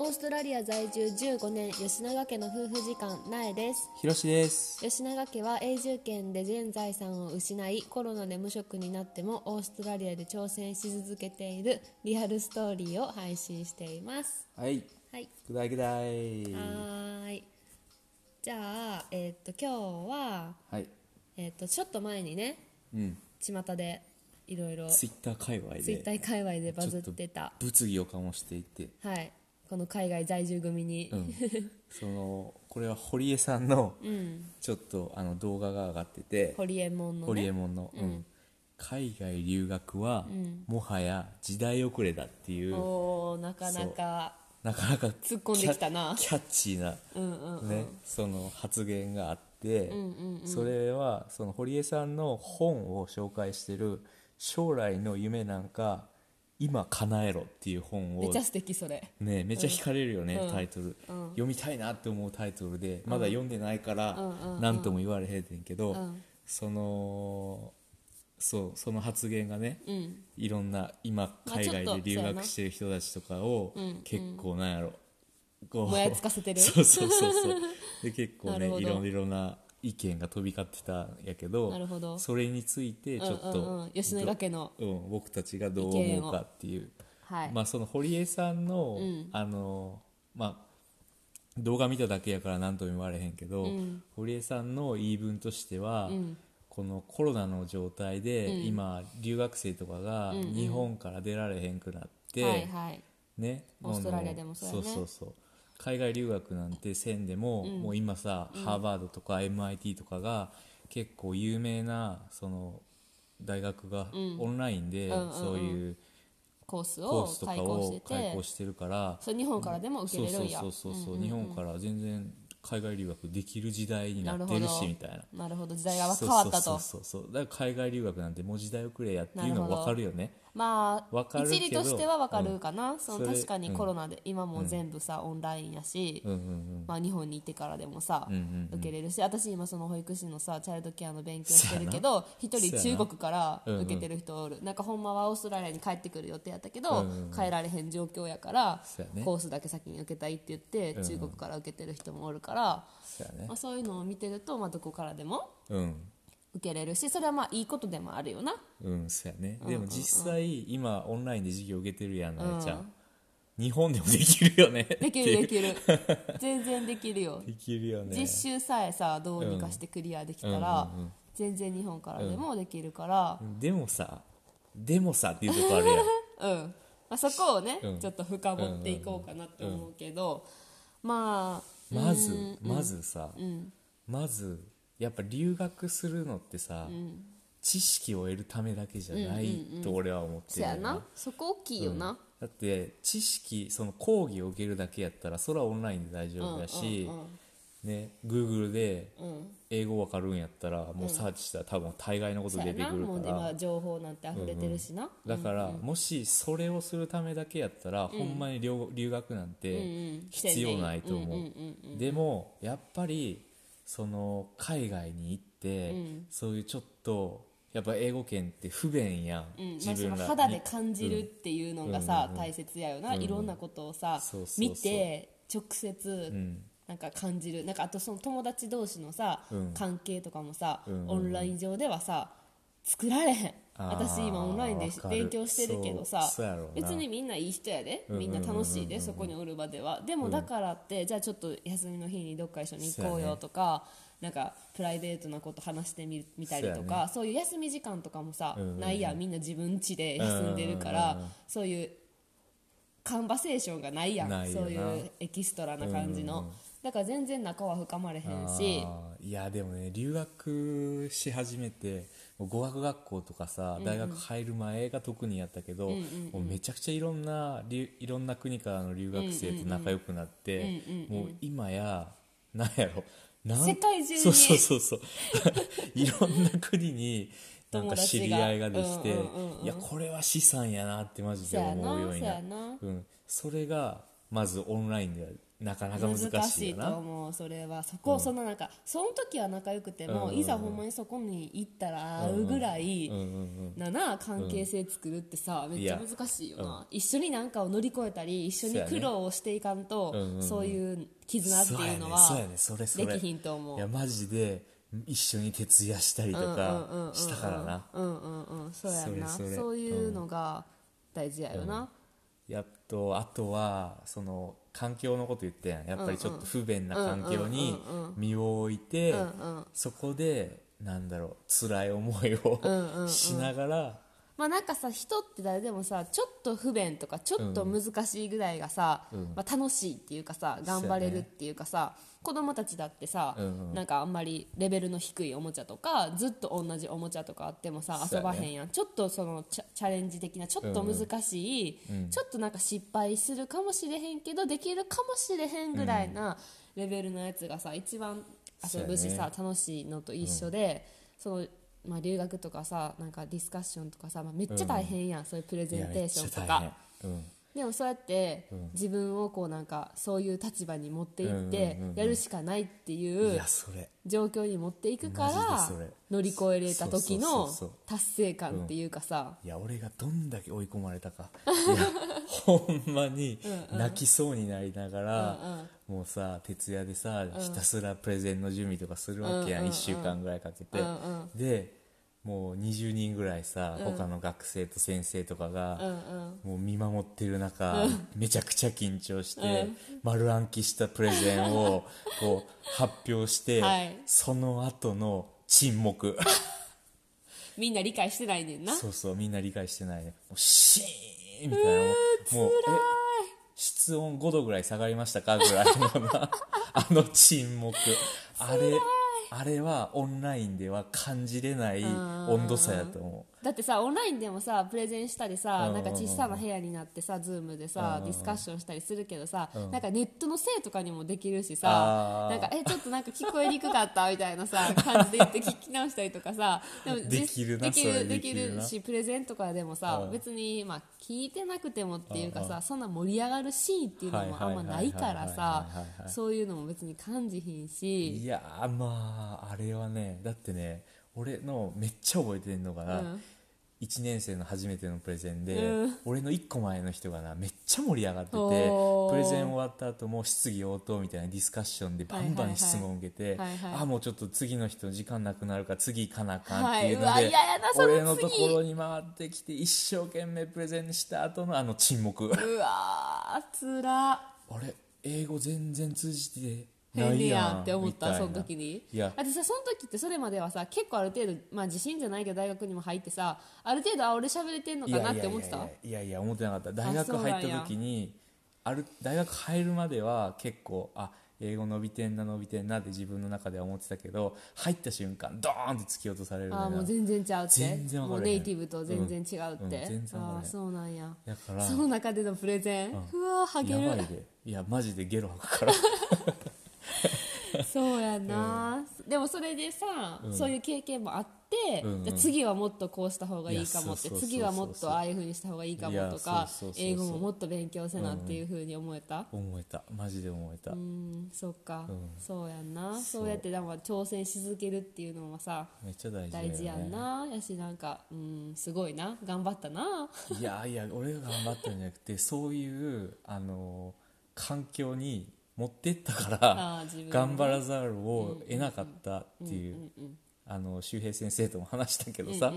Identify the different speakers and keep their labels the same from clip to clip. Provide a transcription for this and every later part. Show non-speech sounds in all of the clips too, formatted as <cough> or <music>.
Speaker 1: オーストラリア在住15年吉永家の夫婦時間苗です
Speaker 2: ひろしです。
Speaker 1: 吉永家は永住権で全財産を失いコロナで無職になってもオーストラリアで挑戦し続けているリアルストーリーを配信しています
Speaker 2: はい。
Speaker 1: はい
Speaker 2: くだいくだい。
Speaker 1: はーいじゃあえーっと今日は
Speaker 2: はい。
Speaker 1: えーっとちょっと前にね
Speaker 2: うん。
Speaker 1: 巷でいろいろツ
Speaker 2: ツイッター界隈で。
Speaker 1: イッター界隈でバズってた
Speaker 2: ちょっと物議を醸していて。
Speaker 1: はいこの海外在住組に、
Speaker 2: うん。その、これは堀江さんの、
Speaker 1: うん
Speaker 2: ちょっと、あの、動画が上がってて、
Speaker 1: ホリエモンのね
Speaker 2: 堀江門の、うん。海外留学は、もはや時代遅れだっていう、
Speaker 1: おーなかなか
Speaker 2: なかなか
Speaker 1: 突っ込んできたな
Speaker 2: キャキャッチーな、ね、その発言があって、それはその堀江さんの本を紹介してる「将来の夢なんか今叶えろ」っていう本を
Speaker 1: めちゃ素敵それ
Speaker 2: ね、めっちゃ惹かれるよね、
Speaker 1: うん
Speaker 2: タイトル、読みたいなって思うタイトルで、まだ読んでないから何とも言われへんねんけど、
Speaker 1: ん
Speaker 2: そのそうその発言がね、
Speaker 1: うん
Speaker 2: いろんな今
Speaker 1: まあ
Speaker 2: 海
Speaker 1: ちょっと
Speaker 2: 外で留学してる人たちとかを結構なんやろ、こう
Speaker 1: もやつかせてる
Speaker 2: <laughs> そうそうそうそうで結構
Speaker 1: な
Speaker 2: ね
Speaker 1: るほど
Speaker 2: いろいろな意見が飛び交ってたんやけど
Speaker 1: なるほど
Speaker 2: それについてちょっと、
Speaker 1: うんうんうん吉永家の
Speaker 2: うん、僕たちがどう思うかっていう。
Speaker 1: はい、
Speaker 2: まあ、その堀江さんの,、あのまあ、動画見ただけやから何とも言われへんけど、堀江さんの言い分としては、このコロナの状態で、今留学生とかが日本から出られへんくなって、
Speaker 1: はいはい
Speaker 2: ね、
Speaker 1: オーストラリアでもそうやね
Speaker 2: そうそうそう海外留学なんてせんでも、もう今さ、ハーバードとか MIT とかが結構有名なその大学がオンラインで、そういう
Speaker 1: コース
Speaker 2: コ
Speaker 1: を
Speaker 2: ースとか
Speaker 1: 開講して
Speaker 2: を開
Speaker 1: て
Speaker 2: 講してるから
Speaker 1: そう日本からでも受け
Speaker 2: そう
Speaker 1: れ
Speaker 2: そ
Speaker 1: る
Speaker 2: うん
Speaker 1: や
Speaker 2: そうそうそう日本から全然海外留学できる時代にな
Speaker 1: なる
Speaker 2: っ
Speaker 1: ほ
Speaker 2: てるし
Speaker 1: ど
Speaker 2: みたいな
Speaker 1: なるほど時代が変わったと
Speaker 2: そうそうそうそうだから海外留学なんてもう時代遅れやっていうの
Speaker 1: なるほど
Speaker 2: は分かるよね
Speaker 1: まあ
Speaker 2: わかるけ
Speaker 1: 一
Speaker 2: ど
Speaker 1: 理としてはわかるかな、その
Speaker 2: それ
Speaker 1: 確かにコロナで、今もう全部さ、オンラインやし、
Speaker 2: うんうん
Speaker 1: まあ、日本に行ってからでもさ、受けれるし私今その保育士のさチャイルドケアの勉強してるけど一人
Speaker 2: そうや
Speaker 1: 中
Speaker 2: な
Speaker 1: 国から受けてる人おる、なんかほんまはオーストラリアに帰ってくる予定やったけど、帰られへん状況やから
Speaker 2: そうやね
Speaker 1: コースだけ先に受けたいって言って、中国から受けてる人もおるから、
Speaker 2: そうやね
Speaker 1: まあ、そういうのを見てると、まあ、どこからでも
Speaker 2: うん
Speaker 1: 受けれるしそれはまあいいことでもあるよな
Speaker 2: うんそうやねでも実際今オンラインで授業受けてるやんなえちゃん日本でもできるよね
Speaker 1: でき
Speaker 2: って
Speaker 1: る
Speaker 2: いう
Speaker 1: できる
Speaker 2: <laughs>
Speaker 1: 全然できるよ
Speaker 2: できるよね
Speaker 1: 実習さえさどうにかしてクリアできたら、全然日本からでもできるから、
Speaker 2: でもさでもさっていうとこあるやん
Speaker 1: うんまあ、そこをね、
Speaker 2: うん
Speaker 1: ちょっと深掘っていこうかなと思うけど、まあ
Speaker 2: まずまずさ、まずやっぱ留学するのってさ、知識を得るためだけじゃないと俺は思って
Speaker 1: そ
Speaker 2: るよ
Speaker 1: やなそこ大きいよな、
Speaker 2: だって知識その講義を受けるだけやったらそれはオンラインで大丈夫だし、ね Google で英語わかるんやったらもうサーチしたら多分大概のこと
Speaker 1: そ
Speaker 2: 出
Speaker 1: う
Speaker 2: て
Speaker 1: や
Speaker 2: くる
Speaker 1: な
Speaker 2: か
Speaker 1: もう
Speaker 2: ら
Speaker 1: 今情報なんて溢れてるしな、
Speaker 2: だからもしそれをするためだけやったらほんまに留留学なんて必要ないと思うでもやっぱりその海外に行ってそういうちょっとやっぱ英語圏って不便やん
Speaker 1: うん
Speaker 2: 自
Speaker 1: ま
Speaker 2: 分
Speaker 1: あ、そ
Speaker 2: ら
Speaker 1: の肌で感じるっていうのがさ、大切やよな、いろんなことをさ
Speaker 2: そうそうそう
Speaker 1: 見て直接なんか感じるなんかあとその友達同士のさ、
Speaker 2: うん
Speaker 1: 関係とかもさ、
Speaker 2: うんうんうん
Speaker 1: オンライン上ではさ作られへん
Speaker 2: あー
Speaker 1: 私今オンラインで
Speaker 2: わかる
Speaker 1: 勉強してるけどさ
Speaker 2: そうそうやろうな
Speaker 1: 別にみんないい人やでみんな楽しいでそこにおる場ではでもだからってじゃあちょっと休みの日にどっか一緒に行こう
Speaker 2: そうや
Speaker 1: よ
Speaker 2: ね
Speaker 1: とか、なんかプライベートなこと話してみみたりと
Speaker 2: そうやね
Speaker 1: かそういう休み時間とかもさ、
Speaker 2: うんうんうん
Speaker 1: ないやんみんな自分家で休んでるから、
Speaker 2: うんうんうん
Speaker 1: そういうカンバセーションがないやん
Speaker 2: ないよ
Speaker 1: そ
Speaker 2: な
Speaker 1: ういうエキストラな感じの、だから全然仲は深まれへんし
Speaker 2: あーいやでもね留学し始めてもう語学学校とかさ大学入る前が特にやったけど、もうめちゃくちゃいろんな留いろんな国からの留学生と仲良くなって、もう今やなんやろなん
Speaker 1: 世界中に
Speaker 2: そうそうそうそう <laughs> いろんな国になんか知り合いができて、
Speaker 1: 友達がうんうんうんうん
Speaker 2: いやこれは資産やなってマジで思うように
Speaker 1: そうやなそう
Speaker 2: な
Speaker 1: やな
Speaker 2: うん、それがまずオンラインでなかなか難
Speaker 1: 難
Speaker 2: し
Speaker 1: し
Speaker 2: い
Speaker 1: い
Speaker 2: よ
Speaker 1: と
Speaker 2: な
Speaker 1: 思うそれはそこ、
Speaker 2: うん
Speaker 1: そんななんかその時は仲良くても、
Speaker 2: うんうんうん
Speaker 1: いざほんまにそこに行ったら会うぐらい、
Speaker 2: うんうん
Speaker 1: なな関係性作るってさ、めっちゃ難しいよな、一緒に何かを乗り越えたり一緒
Speaker 2: そう
Speaker 1: に
Speaker 2: やね
Speaker 1: 苦労をしていかんと
Speaker 2: う
Speaker 1: そう,、
Speaker 2: んうんうん
Speaker 1: いう
Speaker 2: うん
Speaker 1: 絆っていうの
Speaker 2: そうや
Speaker 1: は
Speaker 2: ねそれそ
Speaker 1: で
Speaker 2: れ
Speaker 1: きひんと思う
Speaker 2: いやマジで一緒に徹夜したりとかしたからな
Speaker 1: うんうんうんうんそうやんな
Speaker 2: そ
Speaker 1: そ
Speaker 2: れそ
Speaker 1: う
Speaker 2: れ
Speaker 1: いうのが大事やよな、
Speaker 2: やっとあとはその環境のこと言ってやんやっぱりちょっと不便な環境に身を置いてそこでなんだろう辛い思いをしながら
Speaker 1: まあなんかさ人って誰でもさちょっと不便とかちょっと難しいぐらいがさ、まあ、楽しいっていうかさ頑張れるっていうかさ子供たちだってさ、
Speaker 2: うんうん
Speaker 1: なんかあんまりレベルの低いおもちゃとかずっと同じおもちゃとかあってもさ遊
Speaker 2: そうやね
Speaker 1: ばへんやん、ちょっとそのチャチャレンジ的なちょっと難しい、ちょっとなんか失敗するかもしれへんけどできるかもしれへんぐらいなレベルのやつがさ一番遊ぶし
Speaker 2: そうや
Speaker 1: さ
Speaker 2: ね、
Speaker 1: 楽しいのと一緒で、そのまあ、留学とかさなんかディスカッションとかさ、まあ、めっちゃ大変やん、そういうプレ
Speaker 2: い
Speaker 1: ゼ
Speaker 2: や
Speaker 1: ンテ
Speaker 2: め
Speaker 1: ー
Speaker 2: っ
Speaker 1: ション
Speaker 2: ち
Speaker 1: と
Speaker 2: ゃ
Speaker 1: か
Speaker 2: 大。変うん
Speaker 1: でもそうやって自分をこうなんかそういう立場に持っていって
Speaker 2: うんうんうんうん
Speaker 1: やるしかないってい
Speaker 2: いうやそれ
Speaker 1: 状況に持っていくから
Speaker 2: マジでそれ
Speaker 1: 乗り越えれた時の
Speaker 2: そうそうそうそう
Speaker 1: 達成感っていうかさ
Speaker 2: いや俺がどんだけ追い込まれたかいや <laughs> ほんまに泣きそうになりながら、もうさ徹夜でさ、ひたすらプレゼンの準備とかするわけやん、1週間ぐらいかけて、でもう20人ぐらいさ、他の学生と先生とかが、もう見守ってる中、めちゃくちゃ緊張して、丸暗記したプレゼンをこう発表 <laughs> して、
Speaker 1: はい
Speaker 2: その後の沈黙
Speaker 1: みんな理解してないねんな
Speaker 2: そうそうみんな理解してないねもうシーンみたいなもうえ室温5度ぐらい下がりましたかぐらいの
Speaker 1: <laughs>
Speaker 2: なあの沈黙あれあれはオンラインでは感じれない温度差やと思
Speaker 1: だってさオンラインでもさプレゼンしたりさ
Speaker 2: うん
Speaker 1: なんか小さな部屋になってさズームでさディスカッションしたりするけどさなんかネットのせいとかにもできるしさ
Speaker 2: あ
Speaker 1: なん
Speaker 2: ー
Speaker 1: かえちょっとなんか聞こえにくかったみたいなさ感じで言って聞き直したりとかさでも実
Speaker 2: できるな
Speaker 1: でき
Speaker 2: それ
Speaker 1: る
Speaker 2: で
Speaker 1: で
Speaker 2: き
Speaker 1: き
Speaker 2: るな
Speaker 1: るしプレゼンとかでもさ
Speaker 2: うん
Speaker 1: 別にまあ聞いてなくてもっていうかさそんな盛り上がるシーンっていうのもあんまないから
Speaker 2: は
Speaker 1: さ
Speaker 2: いはいはいはいはいはいはい
Speaker 1: そういうのも別に感じひん
Speaker 2: うい
Speaker 1: し
Speaker 2: やーまああれはねだってね俺のめっちゃ覚えてんのがな、
Speaker 1: うん
Speaker 2: 1年生の初めてのプレゼンで、
Speaker 1: うん
Speaker 2: 俺の1個前の人がなめっちゃ盛り上がってて
Speaker 1: おー
Speaker 2: プレゼン終わった後も質疑応答みたいなディスカッションでバンバン質問を受けて、
Speaker 1: はいはいはいはい
Speaker 2: あもうちょっと次の人時間なくなるから次行かなあかんっていうので、
Speaker 1: はい、うわ嫌やなその次
Speaker 2: 俺のところに回ってきて一生懸命プレゼンした後のあの沈黙
Speaker 1: うわーつら
Speaker 2: あれ英語全然通じてな
Speaker 1: 変
Speaker 2: い
Speaker 1: ね
Speaker 2: やん
Speaker 1: やんって思った
Speaker 2: みい
Speaker 1: そ
Speaker 2: な
Speaker 1: の時に
Speaker 2: いや
Speaker 1: だってさその時ってそれまではさ結構ある程度、まあ、自信じゃないけど大学にも入ってさある程度あ俺喋れてんの
Speaker 2: い
Speaker 1: か
Speaker 2: や
Speaker 1: ないっ
Speaker 2: や
Speaker 1: て思ってた
Speaker 2: いやいやいや思ってなかった大学入った時にある大学入るまでは結構あ英語伸びてんな伸びてんなって自分の中では思ってたけど入った瞬間ドーンって突き落とされるの
Speaker 1: ああ
Speaker 2: よ
Speaker 1: もう
Speaker 2: な
Speaker 1: 全然ちゃうって
Speaker 2: 全然分
Speaker 1: も
Speaker 2: か
Speaker 1: う
Speaker 2: らへん
Speaker 1: ネイティブと全然違うって、
Speaker 2: うんうん全然分からへん
Speaker 1: ああそうなんや
Speaker 2: だから
Speaker 1: その中でのプレゼン、うわーハゲ
Speaker 2: やばい
Speaker 1: る
Speaker 2: でいやマジでゲロ吐くから <laughs>
Speaker 1: そうやな、でもそれでさ、そういう経験もあって、
Speaker 2: うんうん
Speaker 1: じゃあ次はもっとこうした方がいいかもって
Speaker 2: いやそうそうそうそう
Speaker 1: 次はもっとああいうふうにした方がいいかもとか
Speaker 2: いやそうそうそうそう
Speaker 1: 英語ももっと勉強せなっていうふうに思えた、
Speaker 2: 思えたマジで思えた、
Speaker 1: うんそっか、そうやんな
Speaker 2: そ
Speaker 1: そううやってなんか挑戦し続けるっていうのもさ
Speaker 2: めっちゃ大事だよ、ね、
Speaker 1: 大事やんな、やしなんかうんすごいな頑張ったな
Speaker 2: いやいや俺が頑張ったんじゃなくてそういうあの環境に持ってったから
Speaker 1: あー自分のね
Speaker 2: 頑張らざるを得なかったっていう,、あの周平先生とも話したけどさ、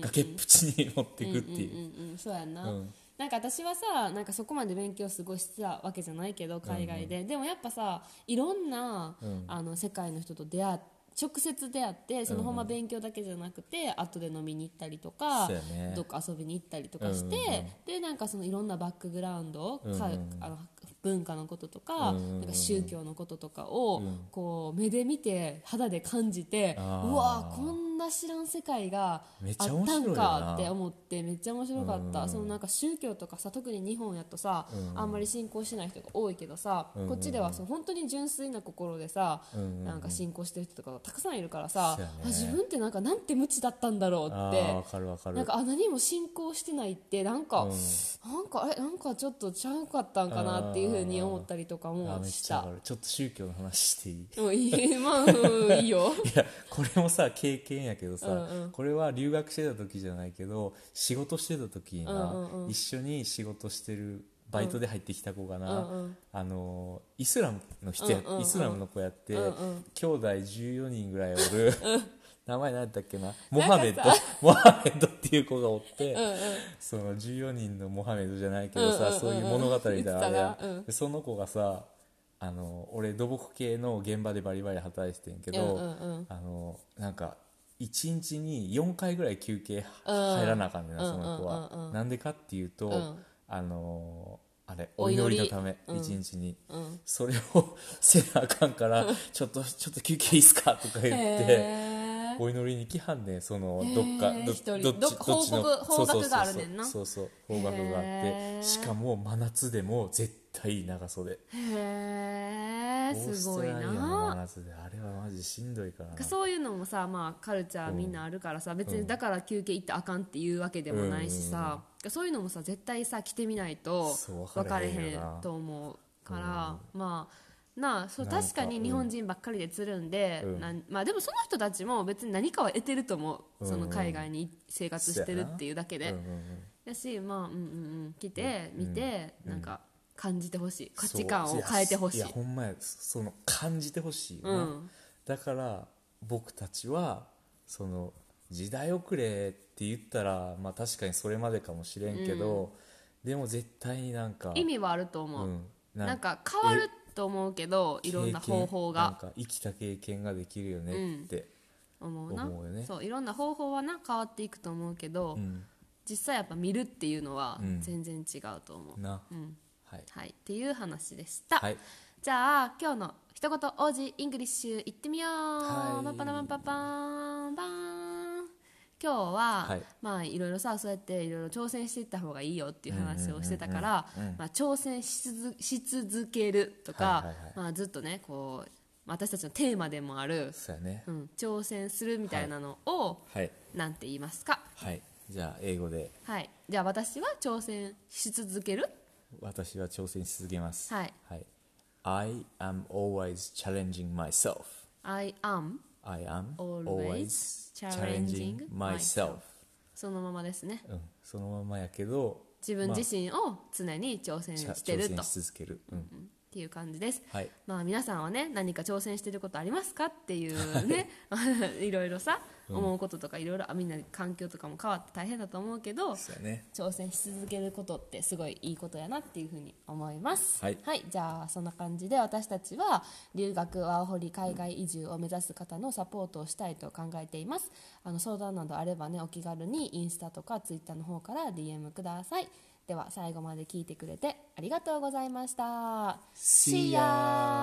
Speaker 2: 崖っぷちに持ってくっていう,、
Speaker 1: うんうんそうやんな、
Speaker 2: うん
Speaker 1: なんか私はさなんかそこまで勉強すごいしてたわけじゃないけど海外で、でもやっぱさいろんな、
Speaker 2: ん
Speaker 1: あの世界の人と出会って直接出会ってそのほんま勉強だけじゃなくて、後で飲みに行ったりとか、
Speaker 2: そうやね
Speaker 1: どっか遊びに行ったりとかして、
Speaker 2: うんうんうん
Speaker 1: でなんかそのいろんなバックグラウンド、か
Speaker 2: うんうん
Speaker 1: あの文化のこととか,、
Speaker 2: うんうんうん
Speaker 1: なんか宗教のこととかを、
Speaker 2: うん
Speaker 1: こう目で見て肌で感じて、
Speaker 2: あー
Speaker 1: うわーこんんな知らん世界が
Speaker 2: めっち
Speaker 1: あ
Speaker 2: ゃ
Speaker 1: っ
Speaker 2: 面
Speaker 1: た
Speaker 2: 白いよ
Speaker 1: ん
Speaker 2: な
Speaker 1: かって思ってめっちゃ面白かった、
Speaker 2: うん
Speaker 1: そのなんか宗教とかさ特に日本やとさ、
Speaker 2: うん
Speaker 1: あんまり信仰してない人が多いけどさ、
Speaker 2: うん
Speaker 1: こっちではその本当に純粋な心でさ、
Speaker 2: うん
Speaker 1: なんか信仰してる人とかがたくさんいるからさ、
Speaker 2: そうやね
Speaker 1: あ自分ってなんかなんて無知だったんだろう
Speaker 2: あ
Speaker 1: っ
Speaker 2: ーわ
Speaker 1: て
Speaker 2: かるわかる
Speaker 1: なんかあ何も信仰してないってなんか、
Speaker 2: うん
Speaker 1: なんかあれなんかちょっとちゃうかったんかなっていうふうに思ったりとか
Speaker 2: あ
Speaker 1: も
Speaker 2: めっ
Speaker 1: し
Speaker 2: ちゃわ
Speaker 1: た
Speaker 2: か。るちょっと宗教の話していい
Speaker 1: もういい、まあ、うんいいよ。
Speaker 2: いやこれもさ経験やけどさ、
Speaker 1: うんうん
Speaker 2: これは留学してた時じゃないけど仕事してた時にな、
Speaker 1: うんうんうん
Speaker 2: 一緒に仕事してるバイトで入ってきた子がな、
Speaker 1: うんうん
Speaker 2: あのイスラムの人や、
Speaker 1: うんうんうん
Speaker 2: イスラムの子やって、
Speaker 1: うんうん
Speaker 2: 兄弟14人ぐらいおる、名前何やったっけなモハ
Speaker 1: <laughs>
Speaker 2: メッド
Speaker 1: なんか
Speaker 2: モハメッドっていう子がおって、
Speaker 1: うんうん
Speaker 2: その14人のモハメドじゃないけどさ、
Speaker 1: うんうんうんうん
Speaker 2: そういう物語みたいなのあるやん
Speaker 1: 言ってたなうん
Speaker 2: でその子がさあの俺土木系の現場でバリバリ働いてて <laughs> んけど、
Speaker 1: うんうんうん
Speaker 2: あのなんか1日に4回ぐらい休憩入らなあかんねんな、
Speaker 1: うん
Speaker 2: その子は、
Speaker 1: うんうんうん
Speaker 2: なんでかっていうと、
Speaker 1: ん
Speaker 2: あのあれお
Speaker 1: お
Speaker 2: 祈
Speaker 1: 祈り
Speaker 2: りのため
Speaker 1: うん
Speaker 2: 1日に、
Speaker 1: うん
Speaker 2: それをせなあかんからちょっとちょっと休憩いいっすかとか言って。 <laughs>
Speaker 1: へー
Speaker 2: お祈りに来はんねんそのどっか
Speaker 1: へー
Speaker 2: ど
Speaker 1: 一人
Speaker 2: どっち
Speaker 1: ど
Speaker 2: ど
Speaker 1: っ
Speaker 2: っ
Speaker 1: か
Speaker 2: ち
Speaker 1: 方角
Speaker 2: のそうそ
Speaker 1: 方
Speaker 2: うそうそう
Speaker 1: 角があるねんな
Speaker 2: そうそう方角があっ
Speaker 1: へ
Speaker 2: て
Speaker 1: ー
Speaker 2: しかも真夏でも絶対長袖
Speaker 1: へ
Speaker 2: オー
Speaker 1: ーす
Speaker 2: ス
Speaker 1: ご
Speaker 2: ト
Speaker 1: い
Speaker 2: ラリアの真
Speaker 1: な
Speaker 2: 夏であれはマジしんどいからな
Speaker 1: そういうのもさ、まあ、カルチャーみんなあるからさ別にだから休憩行ったらあかんっていうわけでもないしさ、そういうのもさ絶対さ着てみないと
Speaker 2: そう
Speaker 1: 分
Speaker 2: 分
Speaker 1: か
Speaker 2: か
Speaker 1: れ
Speaker 2: れ
Speaker 1: へ
Speaker 2: へんよなん
Speaker 1: と思うから、まあなあそう
Speaker 2: なんか
Speaker 1: 確かに日本人ばっかりでつるんで、
Speaker 2: うん
Speaker 1: なんまあ、でもその人たちも別に何かは得てると思う、その海外に生活してるっていうだけで。
Speaker 2: うんうんうん
Speaker 1: だし、まあうんうんうん、来て、見て、なんか感じてほしい価
Speaker 2: そう
Speaker 1: 値観を変えてほしい
Speaker 2: ややほんまやその感じてほしいよ
Speaker 1: う
Speaker 2: な、
Speaker 1: ん
Speaker 2: だから僕たちはその時代遅れって言ったら、まあ、確かにそれまでかもしれんけど、でも絶対になんか
Speaker 1: 意味はあると思う、
Speaker 2: うん、
Speaker 1: なんか変わると思うけどいろんな
Speaker 2: 経験
Speaker 1: 方法
Speaker 2: なん
Speaker 1: が
Speaker 2: か生きた経験ができるよねって、
Speaker 1: 思うな
Speaker 2: 思うよね
Speaker 1: そういろんな方法はな変わっていくと思うけど、
Speaker 2: うん
Speaker 1: 実際やっぱ見るっていうのは
Speaker 2: うん
Speaker 1: 全然違うと思う、
Speaker 2: な、
Speaker 1: ん
Speaker 2: はい、
Speaker 1: はい、っていう話でした、
Speaker 2: はい、
Speaker 1: じゃあ今日の一言王子イングリッシュ行ってみよう、
Speaker 2: はい
Speaker 1: パパラパンパパーンバーン今日は、
Speaker 2: はい
Speaker 1: まあいろいろさそうやっていろいろ挑戦していった方がいいよっていう話をしてたから、まあ挑戦し続し続けるとか、
Speaker 2: はいはいはい
Speaker 1: まあずっとねこう私たちのテーマでもある、
Speaker 2: そうやね、
Speaker 1: うん、挑戦するみたいなのを、
Speaker 2: はい
Speaker 1: なんて言いますか
Speaker 2: はいじゃあ英語で
Speaker 1: はいじゃあ私は挑戦し続ける
Speaker 2: 私は挑戦し続けます
Speaker 1: はい、
Speaker 2: はい、I am always challenging myself
Speaker 1: I am
Speaker 2: I am
Speaker 1: Always
Speaker 2: always
Speaker 1: challenging
Speaker 2: challenging myself
Speaker 1: そのままですね
Speaker 2: うん、そのままやけど
Speaker 1: 自分自身を常に挑戦
Speaker 2: ちゃ
Speaker 1: してる
Speaker 2: 挑
Speaker 1: と、
Speaker 2: 戦し続ける、うん
Speaker 1: うんっていう感じです、
Speaker 2: はい
Speaker 1: まあ皆さんはね何か挑戦してることありますかっていうね <laughs> いろいろさ思うこととかいろいろあみんな環境とかも変わって大変だと思うけど
Speaker 2: そうやね
Speaker 1: 挑戦し続けることってすごいいいことやなっていうふうに思います
Speaker 2: はい
Speaker 1: じゃあそんな感じで私たちは留学ワーホリ海外移住を目指す方のサポートをしたいと考えていますあの相談などあればねお気軽にインスタとかツイッターの方から DM くださいでは最後まで聞いてくれてありがとうございました
Speaker 2: See ya!